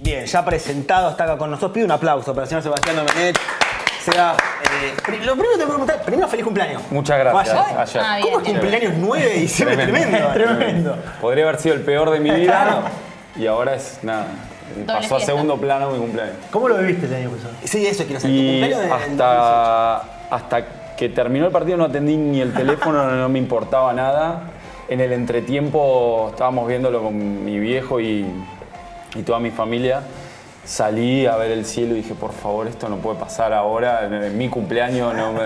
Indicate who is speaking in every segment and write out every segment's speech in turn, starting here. Speaker 1: Bien, ya presentado, está acá con nosotros. Pido un aplauso para el señor Sebastián Domenet. Seba, eh, pri- lo primero que te voy a preguntar, primero feliz cumpleaños.
Speaker 2: Muchas gracias.
Speaker 1: Vaya.
Speaker 2: Ayer.
Speaker 3: Ah, bien.
Speaker 1: ¿Cómo es cumpleaños 9 de diciembre? Tremendo. Tremendo.
Speaker 2: Podría haber sido el peor de mi vida. y ahora es nada. Pasó a
Speaker 3: fiesta.
Speaker 2: segundo plano mi cumpleaños.
Speaker 4: ¿Cómo lo viviste el año pasado?
Speaker 1: Sí, eso quiero saber. ¿Tu
Speaker 2: Y
Speaker 1: cumpleaños de-
Speaker 2: hasta, hasta que terminó el partido no atendí ni el teléfono, no me importaba nada. En el entretiempo estábamos viéndolo con mi viejo y, y toda mi familia. Salí a ver el cielo y dije, por favor, esto no puede pasar ahora, en, en mi cumpleaños no me...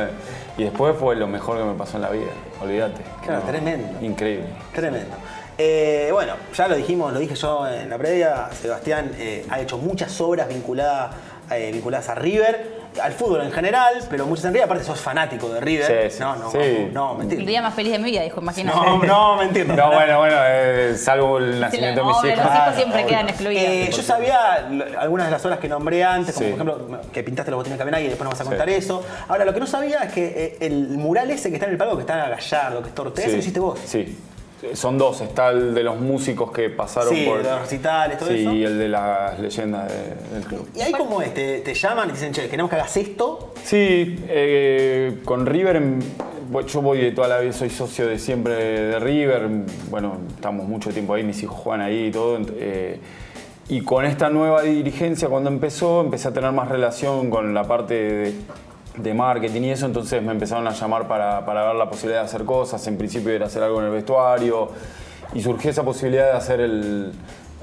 Speaker 2: Y después fue lo mejor que me pasó en la vida, olvídate.
Speaker 1: Claro, tremendo.
Speaker 2: Increíble.
Speaker 1: Tremendo. Eh, bueno, ya lo dijimos, lo dije yo en la previa, Sebastián eh, ha hecho muchas obras vinculadas, eh, vinculadas a River, al fútbol en general, pero muchas en River, aparte sos fanático de River.
Speaker 2: Sí, sí,
Speaker 1: no, no,
Speaker 2: sí.
Speaker 1: no,
Speaker 3: El
Speaker 1: mentira.
Speaker 3: día más feliz de mi vida, dijo, imagínate.
Speaker 1: No, no, mentira.
Speaker 2: No, bueno, bueno, eh, salvo el nacimiento de mis
Speaker 3: Obvio,
Speaker 2: hijos. Ah,
Speaker 3: Los hijos siempre
Speaker 1: obvio.
Speaker 3: quedan excluidos.
Speaker 1: Eh, yo sabía l- algunas de las obras que nombré antes, como
Speaker 2: Sí.
Speaker 1: por ejemplo que pintaste los botines de Cabenagui y después nos vas a
Speaker 2: Sí.
Speaker 1: contar eso. Ahora, lo que no sabía es que eh, el mural ese que está en el palco, que está en Gallardo, que es Tortés,
Speaker 2: Sí,
Speaker 1: lo hiciste vos.
Speaker 2: Sí. Son dos, está el de los músicos que pasaron
Speaker 1: Sí,
Speaker 2: por...
Speaker 1: de los recitales, todo
Speaker 2: sí,
Speaker 1: eso.
Speaker 2: y el de las leyendas de- del club.
Speaker 1: Y ahí como es, te, te llaman y te dicen, che, queremos que hagas esto.
Speaker 2: Sí, eh, con River, em, bueno, yo voy de toda la vida, soy socio de siempre de River, bueno, estamos mucho tiempo ahí, mis hijos juegan ahí y todo. ent- eh, y con esta nueva dirigencia, cuando empezó, empecé a tener más relación con la parte de, de marketing y eso, entonces me empezaron a llamar para, para ver la posibilidad de hacer cosas, en principio era hacer algo en el vestuario, y surgió esa posibilidad de hacer el,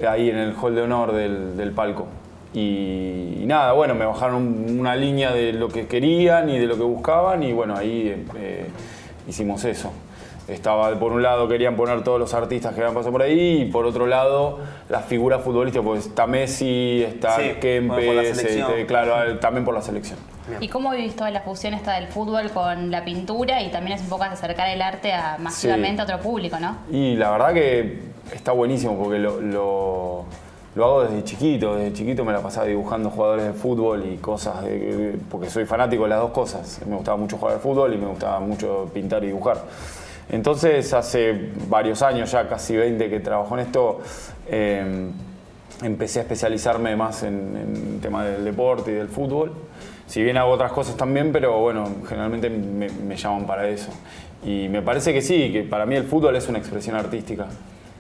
Speaker 2: ahí en el hall de honor del- del palco. Y, y nada, bueno, me bajaron una línea de lo que querían y de lo que buscaban y bueno, ahí eh, eh, hicimos eso. Estaba, por un lado querían poner todos los artistas que habían pasado por ahí y por otro lado las figuras futbolísticas, pues está Messi, está
Speaker 1: Sí,
Speaker 2: Kempes,
Speaker 1: por la selección.
Speaker 2: este, claro, eh, también por la selección.
Speaker 1: Eh,
Speaker 3: ¿Y cómo vivís toda la fusión esta del fútbol con la pintura y también es un poco acercar el arte a, masivamente a otro público, ¿no?
Speaker 2: Y la verdad que está buenísimo porque lo, lo- lo hago desde chiquito. Desde chiquito me la pasaba dibujando jugadores de fútbol y cosas, de- de- porque soy fanático de las dos cosas. Me gustaba mucho jugar al fútbol y me gustaba mucho pintar y dibujar. Entonces hace varios años, ya casi 20 que trabajo en esto, eh, empecé a especializarme más en, en tema del deporte y del fútbol. Si bien hago otras cosas también, pero bueno, generalmente me, me llaman para eso. Y me parece que sí, que para mí el fútbol es una expresión artística,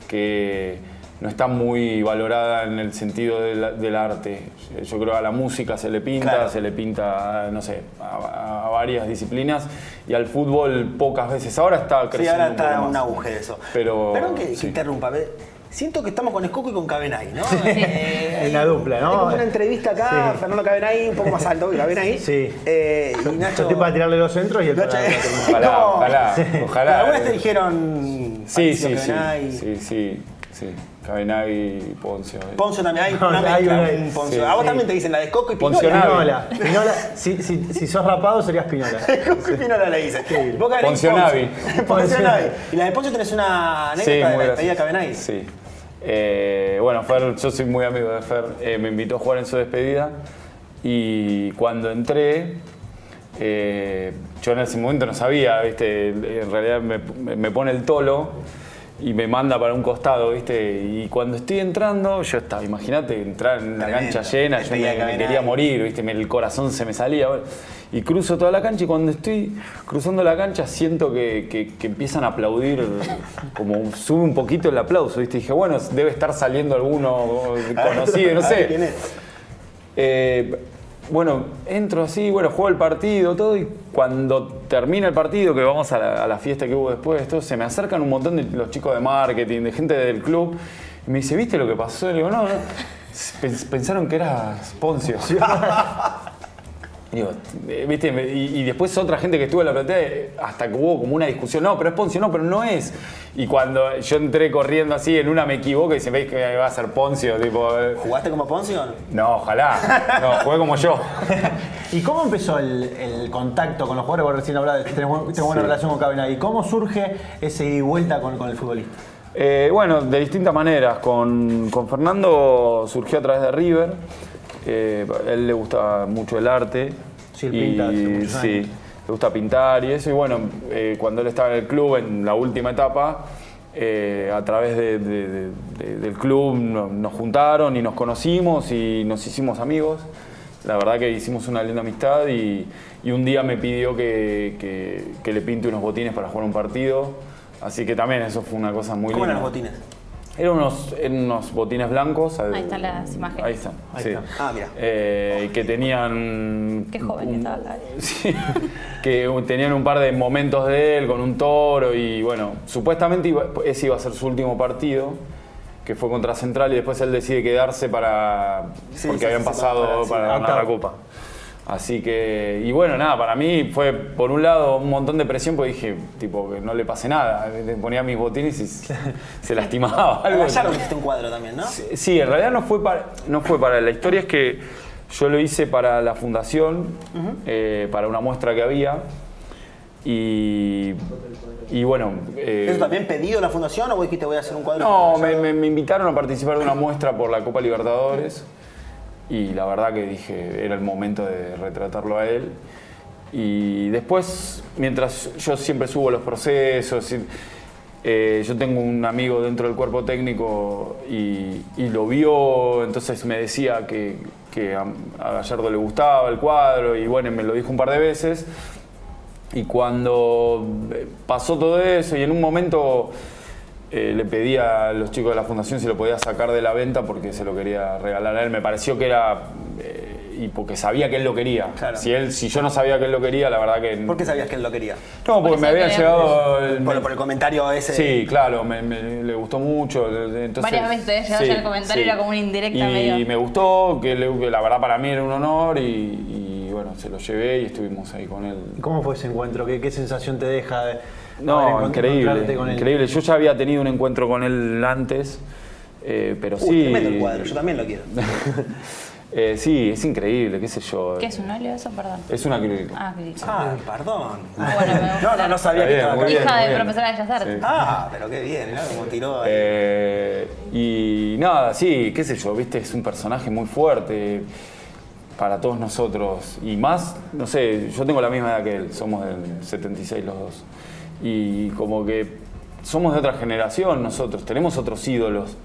Speaker 2: que no está muy valorada en el sentido de la- del arte. Yo creo que a la música se le pinta,
Speaker 1: Claro.
Speaker 2: se le pinta, no sé, a, a varias disciplinas y al fútbol pocas veces. Ahora está
Speaker 1: Sí,
Speaker 2: creciendo.
Speaker 1: ahora
Speaker 2: un
Speaker 1: está
Speaker 2: poco más.
Speaker 1: un auge de eso.
Speaker 2: Pero-
Speaker 1: Perdón que, que
Speaker 2: sí.
Speaker 1: interrumpa. ve- Siento que estamos con Escoco y con Cabenay, ¿no? Eh,
Speaker 4: En la dupla, ¿no?
Speaker 1: Hay como una entrevista acá,
Speaker 4: Sí.
Speaker 1: Fernando Cabenay, un poco más alto que Cabenay.
Speaker 4: Sí.
Speaker 1: Eh, y Nacho...
Speaker 4: Yo estoy para tirarle los centros y el
Speaker 1: Nacho-
Speaker 4: para-
Speaker 2: Ojalá,
Speaker 1: No.
Speaker 2: ojalá, ojalá.
Speaker 1: Algunas te dijeron...
Speaker 2: Sí, sí,
Speaker 1: Fabricio
Speaker 2: sí,
Speaker 1: Cabenay.
Speaker 2: sí, sí, sí. Cabenagui, Poncio. eh.
Speaker 1: Poncio también, hay
Speaker 4: No,
Speaker 1: una
Speaker 4: hay
Speaker 1: mezcla,
Speaker 4: una-
Speaker 1: un Poncio.
Speaker 2: sí,
Speaker 1: A vos
Speaker 4: sí.
Speaker 1: también te dicen la de Escoco y
Speaker 2: Poncio
Speaker 1: Pinola.
Speaker 2: Navi.
Speaker 4: Pinola. Pinola. Si, si, si sos rapado serías Pinola.
Speaker 1: Escoco y Pinola le dicen. Vos Cabenay y
Speaker 2: Poncio Navi.
Speaker 1: Poncio
Speaker 4: Poncio
Speaker 1: Navi.
Speaker 4: Navi.
Speaker 1: Y la de Poncio tenés una
Speaker 2: Sí,
Speaker 1: anécdota de
Speaker 2: muy
Speaker 1: la despedida de
Speaker 2: gracioso.
Speaker 1: Cabenay.
Speaker 2: Sí. Eh, bueno, Fer, yo soy muy amigo de Fer. eh, me invitó a jugar en su despedida. Y cuando entré, eh, yo en ese momento no sabía, ¿viste? En realidad me, me pone el tolo y me manda para un costado, ¿viste? Y cuando estoy entrando, yo estaba, imagínate, entrar en la
Speaker 1: Tremendo.
Speaker 2: cancha llena, yo
Speaker 1: Despedida de
Speaker 2: me, me
Speaker 1: Cabenagui.
Speaker 2: quería morir, ¿viste? Me- el corazón se me salía. bueno. Y cruzo toda la cancha y cuando estoy cruzando la cancha siento que, que- que empiezan a aplaudir, como sube un poquito el aplauso, ¿viste? Y dije, bueno, debe estar saliendo alguno conocido, no
Speaker 1: A ver
Speaker 2: sé.
Speaker 1: ¿Quién es?
Speaker 2: Eh, bueno, entro así, bueno, juego el partido, todo, y cuando termina el partido, que vamos a la, a la fiesta que hubo después, todo, se me acercan un montón de los chicos de marketing, de gente del club, y me dice, ¿viste lo que pasó? Y le digo, no, no. Pens- Pensaron que era Poncio. Digo, eh, ¿viste? me- Y, y después otra gente que estuvo en la platea, eh, hasta que hubo como una discusión, no, pero es Poncio, no, pero no es. Y cuando yo entré corriendo así, en una me equivoco y se veis que va a ser Poncio, tipo, eh,
Speaker 1: ¿Jugaste como Poncio? o no?
Speaker 2: no, ojalá. No, jugué como yo.
Speaker 4: ¿Y cómo empezó el, el contacto con los jugadores? Porque recién hablabas, tenés, buen- tenés buena relación con Cabenagui. ¿Cómo surge ese ida y vuelta con, con el futbolista?
Speaker 2: Eh, bueno, de distintas maneras. Con, con Fernando surgió a través de River. Eh, a él le gusta mucho el arte.
Speaker 4: Sí, él pinta hace muchos
Speaker 2: sí,
Speaker 4: años.
Speaker 2: le gusta pintar y eso. Y bueno, eh, cuando él estaba en el club, en la última etapa, eh, a través de- de- de- de- del club no- nos juntaron y nos conocimos y nos hicimos amigos. La verdad que hicimos una linda amistad y, y un día me pidió que, que- que le pinte unos botines para jugar un partido. Así que también eso fue una cosa muy
Speaker 1: ¿Cómo
Speaker 2: linda.
Speaker 1: eran los botines?
Speaker 2: Eran unos, eran unos botines blancos.
Speaker 3: Ahí están las imágenes.
Speaker 2: Ahí están.
Speaker 4: Ahí
Speaker 2: sí.
Speaker 4: están.
Speaker 1: Ah, mira.
Speaker 2: Eh, que tenían.
Speaker 3: Qué joven
Speaker 2: un-
Speaker 3: estaba eh. la-
Speaker 2: Sí, que un- tenían un par de momentos de él con un toro y bueno, supuestamente iba- ese iba a ser su último partido, que fue contra Central y después él decide quedarse para
Speaker 1: Sí,
Speaker 2: porque
Speaker 1: sí,
Speaker 2: habían
Speaker 1: sí, para- Ah,
Speaker 2: pasado para
Speaker 4: sí,
Speaker 2: ganar la
Speaker 4: octavo.
Speaker 2: copa. Así que, y bueno, nada, para mí fue por un lado un montón de presión, porque dije, tipo, que no le pase nada. Le Ponía mis botines y se se lastimaba.
Speaker 1: A
Speaker 2: algo.
Speaker 1: Gallardo hiciste un cuadro también, ¿no?
Speaker 2: Sí, Sí, en realidad no fue para. No fue para. él. La historia es que yo lo hice para la fundación, eh, para una muestra que había. Y. Y bueno. eh,
Speaker 1: ¿Eso también pedido en la fundación o vos dijiste voy a hacer un cuadro?
Speaker 2: No,
Speaker 1: con
Speaker 2: me,
Speaker 1: Gallardo?
Speaker 2: me- me invitaron a participar de una muestra por la Copa Libertadores. Y la verdad que dije, era el momento de retratarlo a él. Y después, mientras yo siempre subo los procesos, y- eh, yo tengo un amigo dentro del cuerpo técnico y, y lo vio, entonces me decía que, que a, a Gallardo le gustaba el cuadro y bueno, me lo dijo un par de veces. Y cuando eh, pasó todo eso y en un momento eh, le pedí a los chicos de la fundación si lo podía sacar de la venta porque se lo quería regalar a él. Me pareció que era... eh, y porque sabía que él lo quería.
Speaker 1: Claro.
Speaker 2: Si, él, si yo no sabía que él lo quería, la verdad que...
Speaker 1: ¿Por qué sabías que él lo quería?
Speaker 2: No, porque
Speaker 3: Por
Speaker 2: me
Speaker 3: eso
Speaker 2: había
Speaker 3: que-
Speaker 2: llegado... el-
Speaker 1: Por, por el comentario ese.
Speaker 2: Sí, claro, me, me- le gustó mucho. Entonces,
Speaker 3: Varias veces te había llegado ya el comentario, era como una indirecta
Speaker 2: Y
Speaker 3: medio.
Speaker 2: me gustó, que le- que la verdad para mí era un honor y, y, bueno, se lo llevé y estuvimos ahí con él.
Speaker 4: ¿Y ¿Cómo fue ese encuentro? ¿Qué, qué sensación te deja? de haber
Speaker 2: No,
Speaker 4: encont- encontrarte
Speaker 2: increíble,
Speaker 4: con él?
Speaker 2: increíble. Yo ya había tenido un encuentro con él antes, eh, pero
Speaker 1: Uy,
Speaker 2: sí.
Speaker 1: tremendo el cuadro, yo también lo quiero.
Speaker 2: Eh, sí, es increíble, qué sé yo.
Speaker 3: ¿Qué es un óleo eso? Perdón.
Speaker 2: Es una crítica.
Speaker 3: Ah, acrílico.
Speaker 1: Ah, perdón.
Speaker 3: Bueno, me gusta.
Speaker 1: no, no, no sabía que estaba
Speaker 2: Ah. Está bien, muy bien,
Speaker 3: Hija
Speaker 2: muy
Speaker 3: de
Speaker 2: bien.
Speaker 3: profesora de Bellas Artes.
Speaker 2: Sí.
Speaker 1: Ah, pero qué bien, mirá cómo tiró ahí.
Speaker 2: Eh, y nada, sí, qué sé yo, viste, es un personaje muy fuerte para todos nosotros. Y más, no sé, yo tengo la misma edad que él, somos del 76 los dos. Y como que somos de otra generación nosotros, tenemos otros ídolos.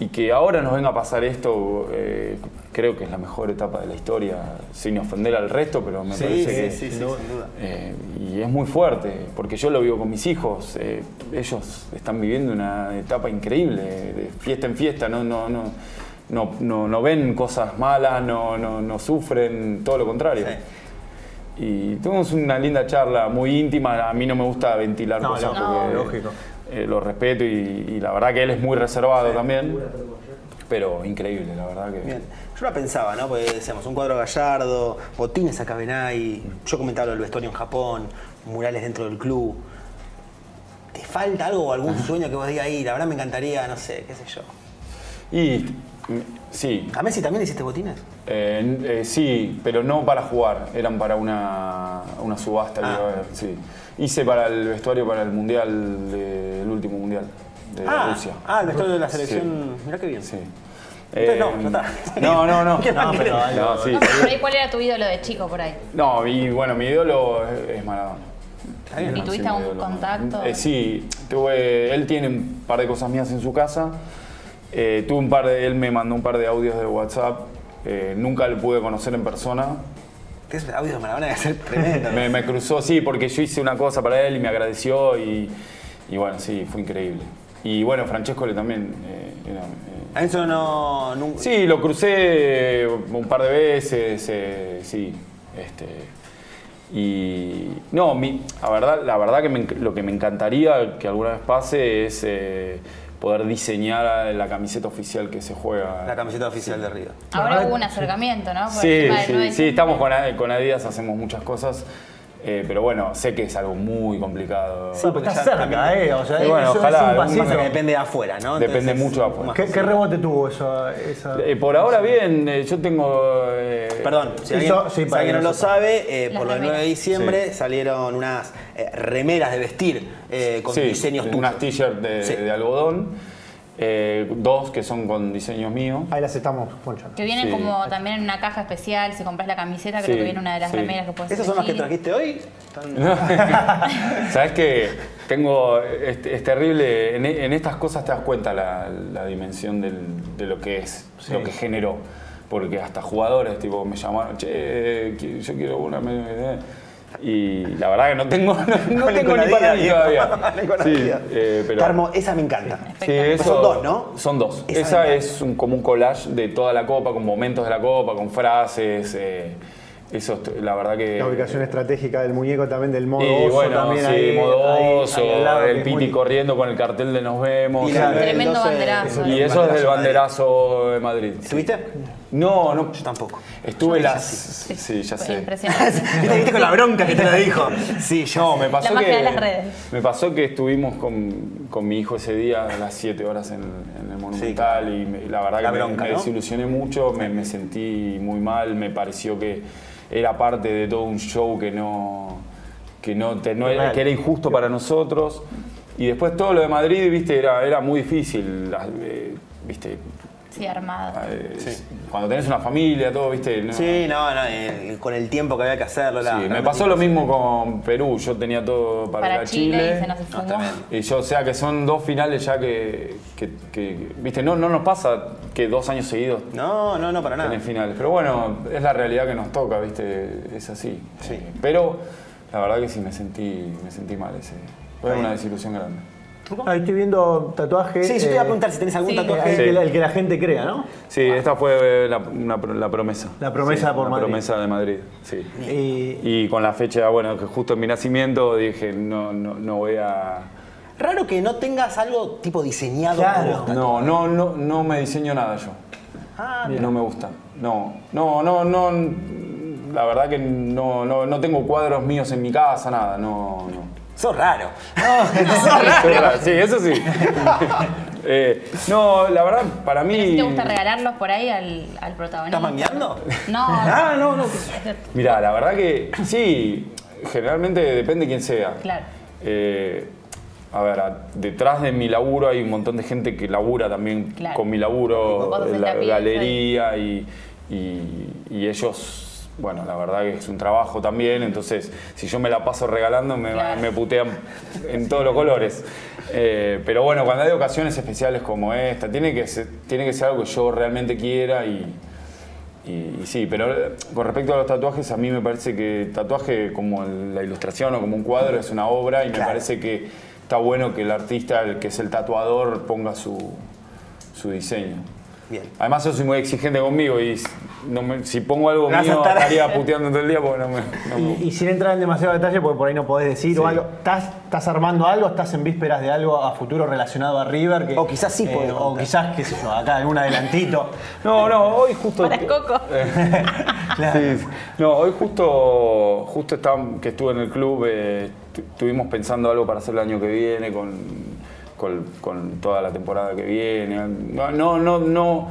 Speaker 2: Y que ahora nos venga a pasar esto, eh, creo que es la mejor etapa de la historia, sin ofender al resto, pero me
Speaker 1: Sí,
Speaker 2: parece
Speaker 1: sí,
Speaker 2: que
Speaker 1: sí, sí, sin duda.
Speaker 2: eh, y es muy fuerte, porque yo lo vivo con mis hijos. eh, ellos están viviendo una etapa increíble, de fiesta en fiesta, no, no, no, no, no, no ven cosas malas, no, no, no sufren, todo lo contrario.
Speaker 1: Sí.
Speaker 2: Y tuvimos una linda charla, muy íntima. A mí no me gusta ventilar
Speaker 4: No,
Speaker 2: cosas
Speaker 4: no,
Speaker 2: porque
Speaker 4: lógico.
Speaker 2: eh, lo respeto y, y la verdad que él es muy reservado también. Pero increíble, la verdad que.
Speaker 1: Bien. Yo la pensaba, ¿no? Porque decíamos, un cuadro a Gallardo, botines a Cabenay, yo comentaba lo del vestuario en Japón, murales dentro del club. ¿Te falta algo o
Speaker 2: Ah.
Speaker 1: algún sueño que vos digas ahí? La verdad me encantaría, no sé, qué sé yo.
Speaker 2: Y mm, sí,
Speaker 1: ¿A Messi también le hiciste botines?
Speaker 2: Eh, eh, sí, pero no para jugar, eran para una, una subasta. que
Speaker 1: Ah.
Speaker 2: iba a haber, sí. Hice para el vestuario para el mundial, de- el último mundial de
Speaker 1: ah,
Speaker 2: Rusia.
Speaker 1: ah, el vestuario de la selección. Mirá qué bien.
Speaker 2: Sí.
Speaker 1: Entonces no,
Speaker 2: Eh,
Speaker 1: ya está.
Speaker 2: no, no, no.
Speaker 1: ¿Qué más
Speaker 2: No, pero-
Speaker 1: querés?
Speaker 2: no, sí.
Speaker 3: No sé, por ahí, ¿cuál era tu ídolo de chico por ahí?
Speaker 2: No, y bueno, mi ídolo es es Maradona.
Speaker 1: bien,
Speaker 3: ¿Y
Speaker 1: ¿no?
Speaker 3: tuviste
Speaker 2: Sí,
Speaker 3: algún
Speaker 2: ídolo.
Speaker 3: contacto?
Speaker 2: Eh, sí, tuve, él tiene un par de cosas mías en su casa. Eh, tuve un par de, él me mandó un par de audios de WhatsApp. Eh, nunca le pude conocer en persona,
Speaker 1: Tienes audio de Maradona que ser tremendo.
Speaker 2: Me, me cruzó, sí, porque yo hice una cosa para él y me agradeció y, y bueno, sí, fue increíble. Y bueno, Francesco le también eh, era, eh,
Speaker 1: A eso no. Nunca.
Speaker 2: Sí, lo crucé eh, un par de veces, eh, sí. Este, y no, mi- la, verdad, la verdad que me enc- lo que me encantaría que alguna vez pase es eh, poder diseñar la camiseta oficial que se juega.
Speaker 1: La camiseta oficial de Río.
Speaker 3: Ahora hubo un acercamiento, ¿no? Por el
Speaker 2: Sí,
Speaker 3: tema del
Speaker 2: sí,
Speaker 3: 9.
Speaker 2: sí, estamos con, A- con Adidas, hacemos muchas cosas, eh, pero bueno, sé que es algo muy complicado.
Speaker 4: Sí, pero está cerca, ¿eh? O sea,
Speaker 2: Y bueno,
Speaker 4: eso
Speaker 2: ojalá
Speaker 4: es un
Speaker 2: algún-
Speaker 1: Pasa que
Speaker 4: pasito.
Speaker 1: depende de afuera, ¿no?
Speaker 2: Depende
Speaker 1: Entonces,
Speaker 2: mucho de afuera.
Speaker 1: más
Speaker 4: ¿Qué, qué
Speaker 1: posible.
Speaker 4: rebote tuvo esa...? esa-
Speaker 2: Eh, por ahora bien, eh, yo tengo... eh,
Speaker 1: Perdón, si
Speaker 4: Hizo-
Speaker 1: alguien,
Speaker 4: sí,
Speaker 1: si
Speaker 4: para
Speaker 1: alguien
Speaker 4: que
Speaker 1: no lo
Speaker 4: sepa.
Speaker 1: sabe, eh,
Speaker 3: Las
Speaker 1: por lo del
Speaker 3: remeras.
Speaker 1: 9 de diciembre salieron unas eh, remeras de vestir eh, con
Speaker 2: sí,
Speaker 1: diseños tuyos.
Speaker 2: unas t-shirts de,
Speaker 1: Sí.
Speaker 2: de algodón. eh, dos que son con diseños míos.
Speaker 5: Ahí las estamos ponchando.
Speaker 3: Que vienen
Speaker 2: Sí.
Speaker 3: como también en una caja especial, si compras la camiseta, creo
Speaker 2: Sí,
Speaker 3: que viene una de las
Speaker 2: sí.
Speaker 3: remeras que puedes
Speaker 1: ¿Esos son los que
Speaker 3: elegir.
Speaker 1: trajiste hoy? Están-
Speaker 2: Sabes que tengo. Es, es terrible. En, e- en estas cosas te das cuenta la, la dimensión del- de lo que es, lo que generó. Porque hasta jugadores tipo me llamaron, che, qui- yo quiero una. me- me- y la verdad que no tengo, no, no
Speaker 1: Con
Speaker 2: tengo ni
Speaker 1: Nicolás
Speaker 2: para mí
Speaker 1: Díaz,
Speaker 2: todavía.
Speaker 1: Con Nicolás
Speaker 2: Sí,
Speaker 1: Díaz.
Speaker 2: eh, pero-
Speaker 1: Está hermo- esa me encanta.
Speaker 2: Sí,
Speaker 3: Espectacular.
Speaker 2: eso-
Speaker 1: Son dos, ¿no?
Speaker 2: Son dos.
Speaker 1: Esa
Speaker 2: Esa,
Speaker 1: me encanta.
Speaker 2: es un- como un collage de toda la copa, con momentos de la copa, con frases. eh, eso, est- la verdad que.
Speaker 5: La ubicación estratégica del muñeco también, del modo
Speaker 2: Eh, Y
Speaker 5: oso
Speaker 2: bueno,
Speaker 5: también
Speaker 2: sí,
Speaker 5: ahí, ahí,
Speaker 2: modoso,
Speaker 5: ahí al lado, que
Speaker 2: el
Speaker 5: es
Speaker 2: Piti
Speaker 5: muy-
Speaker 2: corriendo con el cartel de nos vemos.
Speaker 1: Y
Speaker 2: Y,
Speaker 1: la-
Speaker 3: Tremendo
Speaker 1: entonces-
Speaker 3: banderazo.
Speaker 1: el
Speaker 2: eso es del
Speaker 1: de Madrid.
Speaker 2: banderazo de Madrid. sí.
Speaker 1: ¿Estuviste?
Speaker 2: No, no.
Speaker 1: Yo tampoco.
Speaker 2: Estuve
Speaker 1: Yo no
Speaker 2: las.
Speaker 3: Sí,
Speaker 2: Sí, ya
Speaker 3: fue
Speaker 2: sé.
Speaker 3: Impresionante.
Speaker 1: ¿Viste, viste con la bronca que te la dijo? Sí, yo me
Speaker 2: Me pasó
Speaker 3: magia
Speaker 2: que,
Speaker 3: de las redes.
Speaker 2: Me pasó que estuvimos con, con mi hijo ese día a las 7 horas en, en el Monumental y me- la verdad
Speaker 1: La
Speaker 2: que me-
Speaker 1: bronca,
Speaker 2: me,
Speaker 1: ¿no?
Speaker 2: desilusioné mucho, me, me sentí muy mal, me pareció que era parte de todo un show que no que no, te- no era, que era injusto para nosotros. Y después todo lo de Madrid, viste, era, era muy difícil, las- eh, viste,
Speaker 3: Sí, armado.
Speaker 2: eh, cuando tenés una familia, todo, viste, no-
Speaker 1: Sí, no, no, el- con el tiempo que había que hacerlo. la-
Speaker 2: Sí,
Speaker 1: la-
Speaker 2: me pasó lo mismo con Perú. Yo tenía todo para, ir
Speaker 3: Para
Speaker 2: a
Speaker 3: Chile,
Speaker 2: Chile.
Speaker 3: y se nos esfumó.
Speaker 1: tremendo.
Speaker 2: Y yo, o sea, que son dos finales ya que. que- que- Viste, no, no nos pasa que dos años seguidos
Speaker 1: No, no, no, para nada.
Speaker 2: tenés finales. Pero bueno, es la realidad que nos toca, viste, es así.
Speaker 1: Sí.
Speaker 2: Eh, Pero la verdad que sí me sentí, me sentí mal ese. Fue
Speaker 1: Ahí.
Speaker 2: una desilusión grande.
Speaker 4: Ahí estoy viendo tatuajes.
Speaker 1: Sí, yo te iba a
Speaker 4: eh,
Speaker 1: preguntar si tenés algún
Speaker 3: Sí.
Speaker 4: el,
Speaker 1: tatuaje.
Speaker 2: Sí.
Speaker 4: que la, el que la gente crea, ¿no?
Speaker 2: Sí, esta fue eh, la, una pro- la promesa.
Speaker 4: La promesa
Speaker 2: Sí,
Speaker 4: por
Speaker 2: la
Speaker 4: Madrid.
Speaker 2: promesa de Madrid, sí.
Speaker 4: Y,
Speaker 2: Y con la fecha, bueno, que justo en mi nacimiento dije, no, no, no voy a.
Speaker 1: Raro que no tengas algo tipo diseñado.
Speaker 4: Claro.
Speaker 1: por vos.
Speaker 2: No, no, no, no me diseño nada yo. no me gusta. No, no, no, no. La verdad que no, no, no tengo cuadros míos en mi casa, nada, no, no.
Speaker 1: Sos raro.
Speaker 2: Soy raro, Sí, eso sí. Eh, no, la verdad, para mí.
Speaker 3: Pero si te gusta regalarlos por ahí al, al protagonista.
Speaker 1: ¿Estás mangueando?
Speaker 3: No.
Speaker 1: Ah, no, no.
Speaker 2: Mirá, la verdad que sí, generalmente depende quién sea.
Speaker 3: Claro.
Speaker 2: Eh, a ver, a- detrás de mi laburo hay un montón de gente que labura también
Speaker 3: Claro.
Speaker 2: con mi
Speaker 3: Vos
Speaker 2: laburo,
Speaker 3: haces la
Speaker 2: la
Speaker 3: pieza.
Speaker 2: galería y, y- y ellos, bueno, la verdad que es un trabajo también, entonces si yo me la paso regalando me,
Speaker 3: Claro.
Speaker 2: me putean en todos los colores. Eh, pero bueno, cuando hay ocasiones especiales como esta, tiene que ser, tiene que ser algo que yo realmente quiera y... Y, y sí, pero eh, con respecto a los tatuajes, a mí me parece que el tatuaje como el- la ilustración o como un cuadro es una obra y me parece que está bueno que el artista, el que es el tatuador, ponga su, su diseño.
Speaker 1: Bien.
Speaker 2: Además, yo soy muy exigente conmigo y s- no me- si pongo algo
Speaker 1: No vas a
Speaker 2: mío
Speaker 1: estar-
Speaker 2: estaría puteando todo el día porque no me... no me-
Speaker 4: y- y sin entrar en demasiado detalle, porque por ahí no podés decir o algo. ¿Estás, estás armando algo? ¿Estás en vísperas de algo a futuro relacionado a River? Que, eh,
Speaker 1: O quizás sí podés
Speaker 4: O
Speaker 1: contar.
Speaker 4: quizás, qué sé yo, acá algún adelantito.
Speaker 2: No, no, hoy justo...
Speaker 3: Para Coco.
Speaker 2: Sí, sí. No, hoy justo, justo estábamos- que estuve en el club, eh, tu- estuvimos pensando algo para hacer el año que viene con, con- con toda la temporada que viene. No, no, no, no,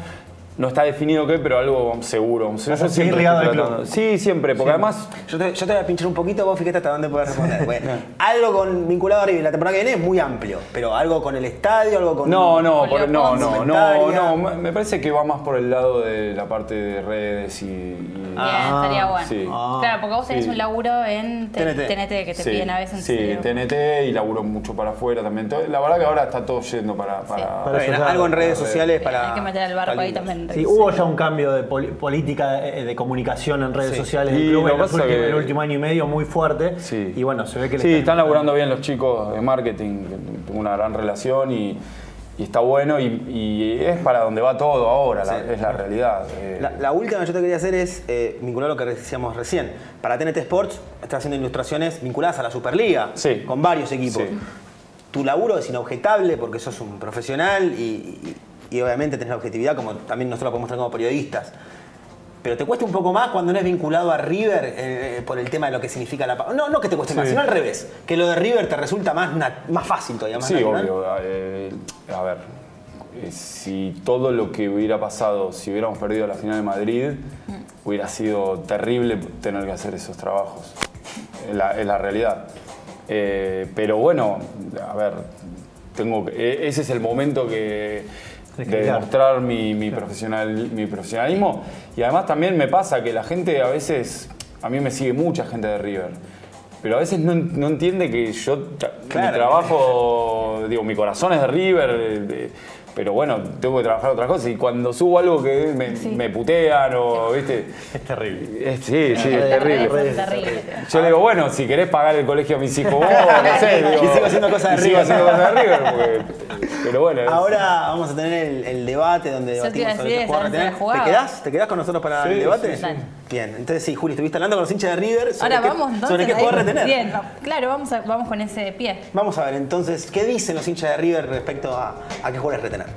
Speaker 2: no está definido qué, pero algo seguro. Yo
Speaker 4: a seguir ligado al
Speaker 2: estoy tratando-
Speaker 4: club.
Speaker 2: Sí, siempre, porque además
Speaker 1: Yo te, yo te voy a pinchar un poquito, vos fíjate hasta dónde podés responder. porque algo con vinculado a River la temporada que viene es muy amplio, pero algo con el estadio, algo con.
Speaker 2: No, no,
Speaker 3: con
Speaker 2: por-
Speaker 3: Leopoldo.
Speaker 2: no, no, no,
Speaker 1: Comentaria.
Speaker 2: no, me- me parece que va más por el lado de la parte de redes y... y-
Speaker 3: Bien, estaría
Speaker 2: Ah,
Speaker 3: bueno.
Speaker 2: sí.
Speaker 3: Claro, porque vos tenés
Speaker 2: Sí.
Speaker 3: un laburo en T-
Speaker 1: TNT.
Speaker 3: TNT, que te piden a veces.
Speaker 2: sí,
Speaker 3: entonces,
Speaker 2: TNT y laburo mucho para afuera también. Todo- La verdad que ahora está todo yendo para... para-
Speaker 1: Está bien,
Speaker 4: eso ya-
Speaker 1: algo en redes sociales para.
Speaker 3: Hay que meter al barco
Speaker 1: para
Speaker 3: ahí
Speaker 1: lindos.
Speaker 3: también.
Speaker 4: Sí, hubo ya un cambio de poli- política eh, de comunicación en redes
Speaker 1: Sí.
Speaker 4: sociales
Speaker 2: Y
Speaker 4: del club
Speaker 2: lo
Speaker 4: en los
Speaker 2: pasa
Speaker 4: últimos-
Speaker 2: que-
Speaker 4: el último año y medio muy fuerte.
Speaker 2: Sí.
Speaker 4: Y bueno, se ve que le
Speaker 2: Sí,
Speaker 4: están-
Speaker 2: están laburando bien los chicos de marketing, que tengo una gran relación y, y está bueno y, y es para donde va todo ahora, la- es la realidad. eh.
Speaker 1: La, la última que yo te quería hacer es eh, vincular lo que decíamos recién. Para TNT Sports estás haciendo ilustraciones vinculadas a la Superliga,
Speaker 2: Sí.
Speaker 1: con varios equipos.
Speaker 2: Sí.
Speaker 1: Tu laburo es inobjetable porque sos un profesional y, y- y obviamente tenés la objetividad, como también nosotros la podemos tener como periodistas. Pero te cuesta un poco más cuando no es vinculado a River eh, por el tema de lo que significa la... pa- No, no que te cueste más,
Speaker 2: Sí.
Speaker 1: sino al revés. Que lo de River te resulta más, na- más fácil todavía, más
Speaker 2: Sí,
Speaker 1: natural.
Speaker 2: obvio. eh, a ver, eh, si todo lo que hubiera pasado, si hubiéramos perdido la final de Madrid, hubiera sido terrible tener que hacer esos trabajos. Es la, es la realidad. Eh, pero bueno, a ver, tengo, que- e- ese es el momento que
Speaker 4: De
Speaker 2: de
Speaker 4: cambiar.
Speaker 2: demostrar mi, mi profesional, mi profesionalismo. Y además también me pasa que la gente a veces, a mí me sigue mucha gente de River, pero a veces no, en- no entiende que yo, tra-
Speaker 1: Claro.
Speaker 2: mi trabajo, digo, mi corazón es de River, eh, de- pero bueno, tengo que trabajar otras cosas. Y cuando subo algo que me, me putean o, viste,
Speaker 4: Es terrible.
Speaker 2: es- sí, sí, es
Speaker 3: Las redes
Speaker 2: terrible.
Speaker 3: son terribles.
Speaker 2: Yo le digo, bueno, si querés pagar el colegio a mis hijos vos, no sé. digo,
Speaker 1: Y sigo haciendo cosas de
Speaker 2: y
Speaker 1: River.
Speaker 2: sigo haciendo cosas de River, porque- pero bueno. es-
Speaker 1: Ahora vamos a tener el, el debate donde
Speaker 3: Yo te iba
Speaker 1: debatimos
Speaker 3: a
Speaker 1: sobre
Speaker 3: decir
Speaker 1: qué
Speaker 3: esa,
Speaker 1: jugador
Speaker 3: no se
Speaker 1: retener.
Speaker 3: la jugaba.
Speaker 1: ¿Te quedás? ¿Te quedás con nosotros para el debate?
Speaker 3: sí, sí.
Speaker 1: Bien, entonces sí, Juli, estuviste hablando con los hinchas de River sobre
Speaker 3: Ahora
Speaker 1: qué,
Speaker 3: vamos entonces.
Speaker 1: sobre qué
Speaker 3: ahí.
Speaker 1: jugador retener.
Speaker 3: Bien, va- claro, vamos, a- vamos con ese pie.
Speaker 1: Vamos a ver entonces qué dicen los hinchas de River respecto a, a qué jugadores retener.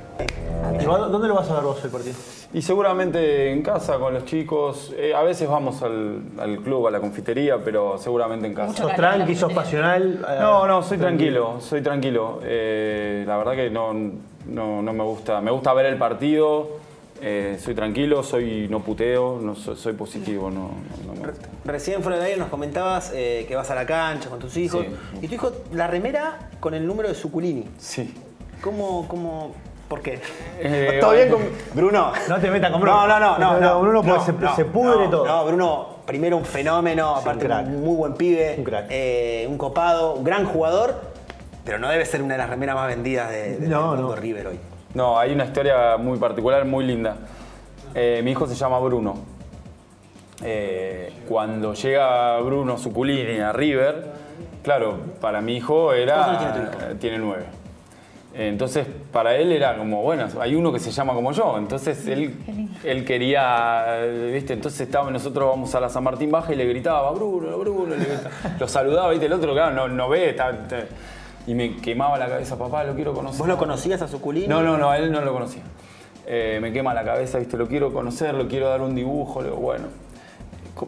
Speaker 4: ¿Y vos- ¿Dónde lo vas a ver vos el partido?
Speaker 2: Y seguramente en casa con los chicos. eh, a veces vamos al, al club, a la confitería, pero seguramente en casa.
Speaker 3: Mucho
Speaker 4: ¿Sos
Speaker 3: calor,
Speaker 4: tranqui,
Speaker 3: la
Speaker 4: sos
Speaker 3: cafetería.
Speaker 4: pasional? eh,
Speaker 2: No, no, soy tranquilo, soy tranquilo. Eh, la verdad que no, no, no me gusta. Me gusta ver el partido. eh, soy tranquilo, soy no puteo, no soy, soy positivo, no, no, no me gusta.
Speaker 1: Recién fuera del aire nos comentabas eh, que vas a la cancha con tus hijos.
Speaker 2: Sí.
Speaker 1: Y tu hijo, la remera con el número de Suculini.
Speaker 2: Sí.
Speaker 1: ¿Cómo, cómo, por qué?
Speaker 2: Eh,
Speaker 1: ¿Todo bien con
Speaker 2: bueno.
Speaker 1: Bruno?
Speaker 4: No te metas con
Speaker 1: No,
Speaker 4: Bruno.
Speaker 1: no, no. no,
Speaker 4: No,
Speaker 1: no,
Speaker 4: Bruno,
Speaker 1: no,
Speaker 4: pues, se- se pudre
Speaker 1: no,
Speaker 4: todo.
Speaker 1: No, Bruno, primero un fenómeno, aparte
Speaker 4: crack.
Speaker 1: un muy buen pibe.
Speaker 4: Un crack.
Speaker 1: eh, un copado, un gran jugador. Pero no debe ser una de las remeras más vendidas de, de-
Speaker 4: No,
Speaker 1: del mundo
Speaker 4: no.
Speaker 1: River hoy.
Speaker 2: No, hay una historia muy particular, muy linda. Eh, mi hijo se llama Bruno. Eh, cuando llega Bruno Suculini a River, claro, para mi hijo
Speaker 1: ¿Cuántos
Speaker 2: era.
Speaker 1: años tiene tu
Speaker 2: Tiene nueve. Eh, Entonces, para él era como, bueno, hay uno que se llama como yo. Entonces, él, él quería, eh, ¿viste? Entonces, estaba, nosotros vamos a la San Martín Baja y le gritaba, Bruno, Bruno, le gritaba. lo saludaba, ¿viste? El otro, claro, no, no ve, está- está- y me quemaba la cabeza, papá, lo quiero conocer.
Speaker 1: ¿Vos lo conocías a Suculini?
Speaker 2: No, no, no, a él no lo conocía. Eh, me quema la cabeza, ¿viste? Lo quiero conocer, lo quiero dar un dibujo, le digo, bueno. Co-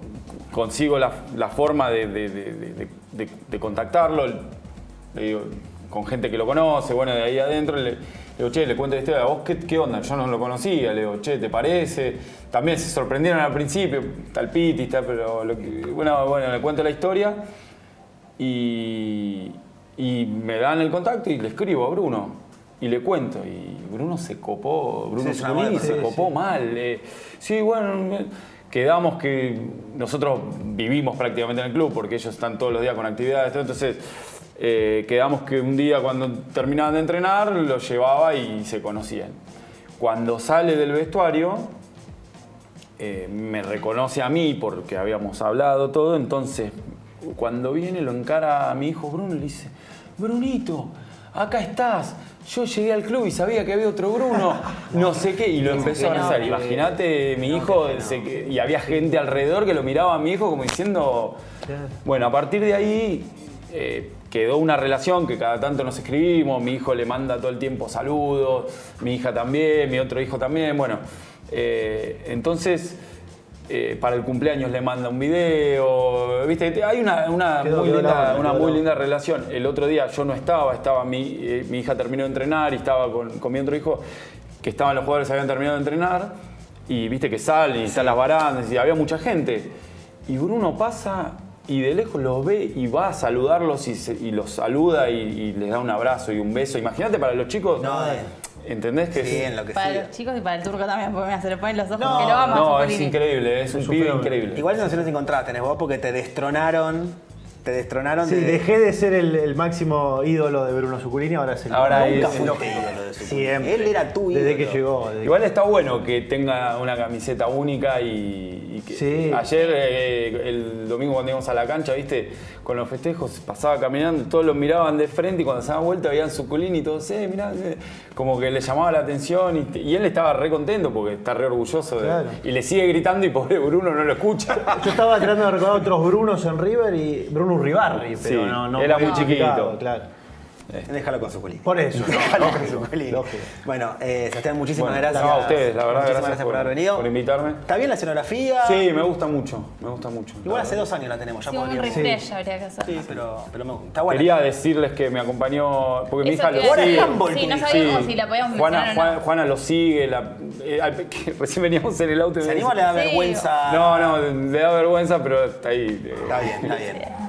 Speaker 2: Consigo la, la forma de, de- de- de- de- de- de contactarlo, le digo, con gente que lo conoce, bueno, de ahí adentro, le, le digo, che, le cuento la historia, ¿vos qué, qué onda? Yo no lo conocía, le digo, che, ¿te parece? También se sorprendieron al principio, tal piti, tal, pero lo que- bueno, bueno, le cuento la historia y, y me dan el contacto y le escribo a Bruno y le cuento. Y Bruno se copó, Bruno
Speaker 1: Sí, es una
Speaker 2: Zuculini
Speaker 1: buena
Speaker 2: se
Speaker 1: persona.
Speaker 2: copó mal. eh, sí, bueno, me- quedamos que nosotros vivimos prácticamente en el club porque ellos están todos los días con actividades. todo, Entonces, eh, quedamos que un día cuando terminaban de entrenar lo llevaba y se conocían. Cuando sale del vestuario, eh, me reconoce a mí porque habíamos hablado todo, entonces cuando viene lo encara a mi hijo Bruno y le dice, Brunito, acá estás, yo llegué al club y sabía que había otro Bruno, no sé qué, y lo empezó a abrazar. Imagínate, mi hijo, se que- y había gente alrededor que lo miraba a mi hijo como diciendo, bueno, a partir de ahí... eh, Quedó una relación que cada tanto nos escribimos, mi hijo le manda todo el tiempo saludos, mi hija también, mi otro hijo también, bueno, eh, entonces, eh, para el cumpleaños le manda un video. ¿Viste? Te- Hay una, una
Speaker 4: Quedó,
Speaker 2: muy,
Speaker 4: quedó la
Speaker 2: linda,
Speaker 4: onda,
Speaker 2: una
Speaker 4: quedó
Speaker 2: muy
Speaker 4: la
Speaker 2: linda relación. El otro día yo no estaba, estaba mi, eh, mi hija terminó de entrenar y estaba con, con mi otro hijo, que estaban los jugadores, habían terminado de entrenar. Y viste que salen y están las barandas y había mucha gente. Y Bruno pasa y de lejos los ve y va a saludarlos y, se- y los saluda y, y les da un abrazo y un beso. Imagínate para los chicos.
Speaker 1: No, eh.
Speaker 2: ¿Entendés que
Speaker 1: Sí,
Speaker 2: es-
Speaker 3: Para
Speaker 1: enloquecido.
Speaker 3: los chicos y para el turco también, porque mira, se le ponen los ojos que lo aman.
Speaker 2: No, es
Speaker 3: Zuculini.
Speaker 2: increíble, es un pibe
Speaker 4: fenómeno.
Speaker 2: increíble.
Speaker 1: Igual sensaciones encontradas tenés vos porque te destronaron. Te destronaron
Speaker 5: Sí,
Speaker 1: de.
Speaker 5: dejé de ser el, el máximo ídolo de Bruno Zuculini, ahora es el
Speaker 2: Ahora
Speaker 1: Nunca
Speaker 2: es-
Speaker 1: fuiste ídolo de Suculini.
Speaker 5: Siempre.
Speaker 1: Él era tu ídolo.
Speaker 5: Desde que llegó. desde que-
Speaker 2: Igual está bueno que tenga una camiseta única y, y que
Speaker 5: Sí.
Speaker 2: ayer eh, el domingo cuando íbamos a la cancha, viste, con los festejos pasaba caminando, todos los miraban de frente y cuando se daban vuelta veían su colín y todos, eh, mirá, eh", como que le llamaba la atención y, te- y él estaba re contento porque está re orgulloso de-
Speaker 5: Claro.
Speaker 2: y le sigue gritando y pobre Bruno no lo escucha.
Speaker 4: Yo estaba tratando de recordar otros Brunos en River y Bruno Uribarri, pero
Speaker 2: Sí,
Speaker 4: no, no.
Speaker 2: era muy
Speaker 4: identificado,
Speaker 2: chiquito.
Speaker 4: Claro.
Speaker 1: Déjalo con Suculini.
Speaker 4: Por eso. ¿no?
Speaker 1: Déjalo con Suculini.
Speaker 4: lógico.
Speaker 1: Bueno, eh, Sebastián, muchísimas
Speaker 2: Bueno,
Speaker 1: gracias.
Speaker 2: no, a ustedes, la verdad,
Speaker 1: Muchísimas
Speaker 2: gracias
Speaker 1: gracias por,
Speaker 2: por-
Speaker 1: haber venido.
Speaker 2: por invitarme.
Speaker 1: ¿Está bien la escenografía?
Speaker 2: Sí, me gusta mucho, me gusta mucho. la
Speaker 1: Igual
Speaker 2: verdad.
Speaker 1: hace dos años la tenemos, ya
Speaker 3: Sí, un
Speaker 1: podríamos.
Speaker 3: refresh habría que hacer.
Speaker 1: Sí, pero, pero me gusta. Está bueno.
Speaker 2: Quería decirles que me acompañó, porque mi
Speaker 3: Eso
Speaker 2: hija
Speaker 3: te
Speaker 2: lo
Speaker 3: iba a decir.
Speaker 2: sigue.
Speaker 3: Sí, no
Speaker 1: Sí.
Speaker 3: sabíamos si la podíamos
Speaker 2: Juana,
Speaker 3: mencionar o
Speaker 2: Juan-
Speaker 3: no.
Speaker 2: Juana lo sigue, la- eh, al- que recién veníamos en el auto. y
Speaker 1: ¿Se
Speaker 2: me
Speaker 1: anima o le
Speaker 2: dice-
Speaker 1: da
Speaker 3: Sí.
Speaker 1: vergüenza?
Speaker 2: No, no, le da vergüenza, pero está ahí. eh.
Speaker 1: Está bien, está bien.